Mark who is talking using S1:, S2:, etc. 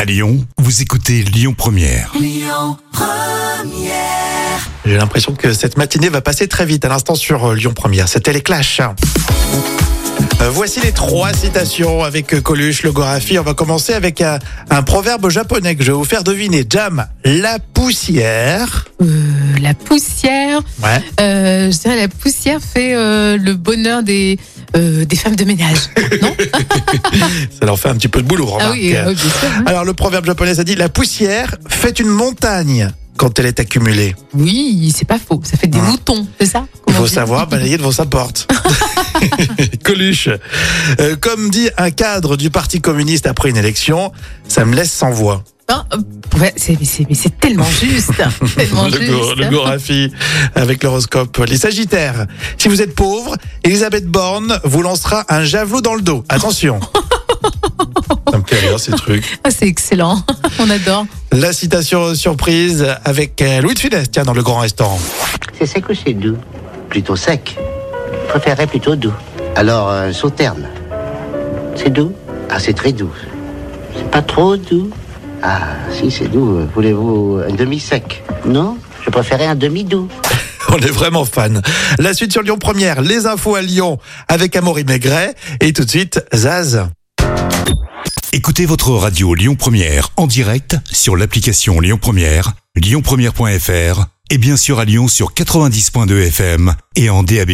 S1: À Lyon, vous écoutez Lyon Première.
S2: J'ai l'impression que cette matinée va passer très vite à l'instant sur euh, Lyon Première. C'était les Clash. Euh, Voici les trois citations avec euh, Coluche, Logographie. On va commencer avec un, un proverbe japonais que je vais vous faire deviner. Jam, la poussière.
S3: Euh, la poussière.
S2: Ouais.
S3: Euh, je dirais la poussière fait euh, le bonheur des, euh, des femmes de ménage. non
S2: Ça leur fait un petit peu de boulot, remarque.
S3: Ah oui, euh, oui, bien sûr. hein.
S2: Alors le proverbe japonais, ça dit la poussière fait une montagne quand elle est accumulée.
S3: Oui, c'est pas faux. Ça fait des
S2: Hein.
S3: moutons, c'est ça
S2: Il
S3: Comment on
S2: faut
S3: dit
S2: savoir bah, balayer devant sa porte. Coluche. Euh, comme dit un cadre du Parti communiste après une élection, ça me laisse sans voix.
S3: Hein, euh, ouais, c'est, mais c'est, mais c'est tellement juste. tellement
S2: le,
S3: juste.
S2: go- le Gorafi avec l'horoscope. Les Sagittaires, si vous êtes pauvre, Elisabeth Borne vous lancera un javelot dans le dos. Attention. Ça me fait rire ces trucs.
S3: Ah, c'est excellent. on adore.
S2: La citation surprise avec euh, Louis de Funès, tiens, dans le grand restaurant.
S4: C'est sec ou c'est doux Plutôt sec. Je préférerais plutôt doux. Alors, euh, sauterne. C'est doux Ah, c'est très doux. C'est pas trop doux Ah, si, c'est doux. Voulez-vous un demi-sec Non Je préférais un demi-doux.
S2: On est vraiment fan. La suite sur Lyon Première, les infos à Lyon avec Amaury Maigret et tout de suite Zaz.
S1: Écoutez votre radio Lyon Première en direct sur l'application Lyon Première, lyonpremière.fr et bien sûr à Lyon sur 90.2 FM et en DAB+.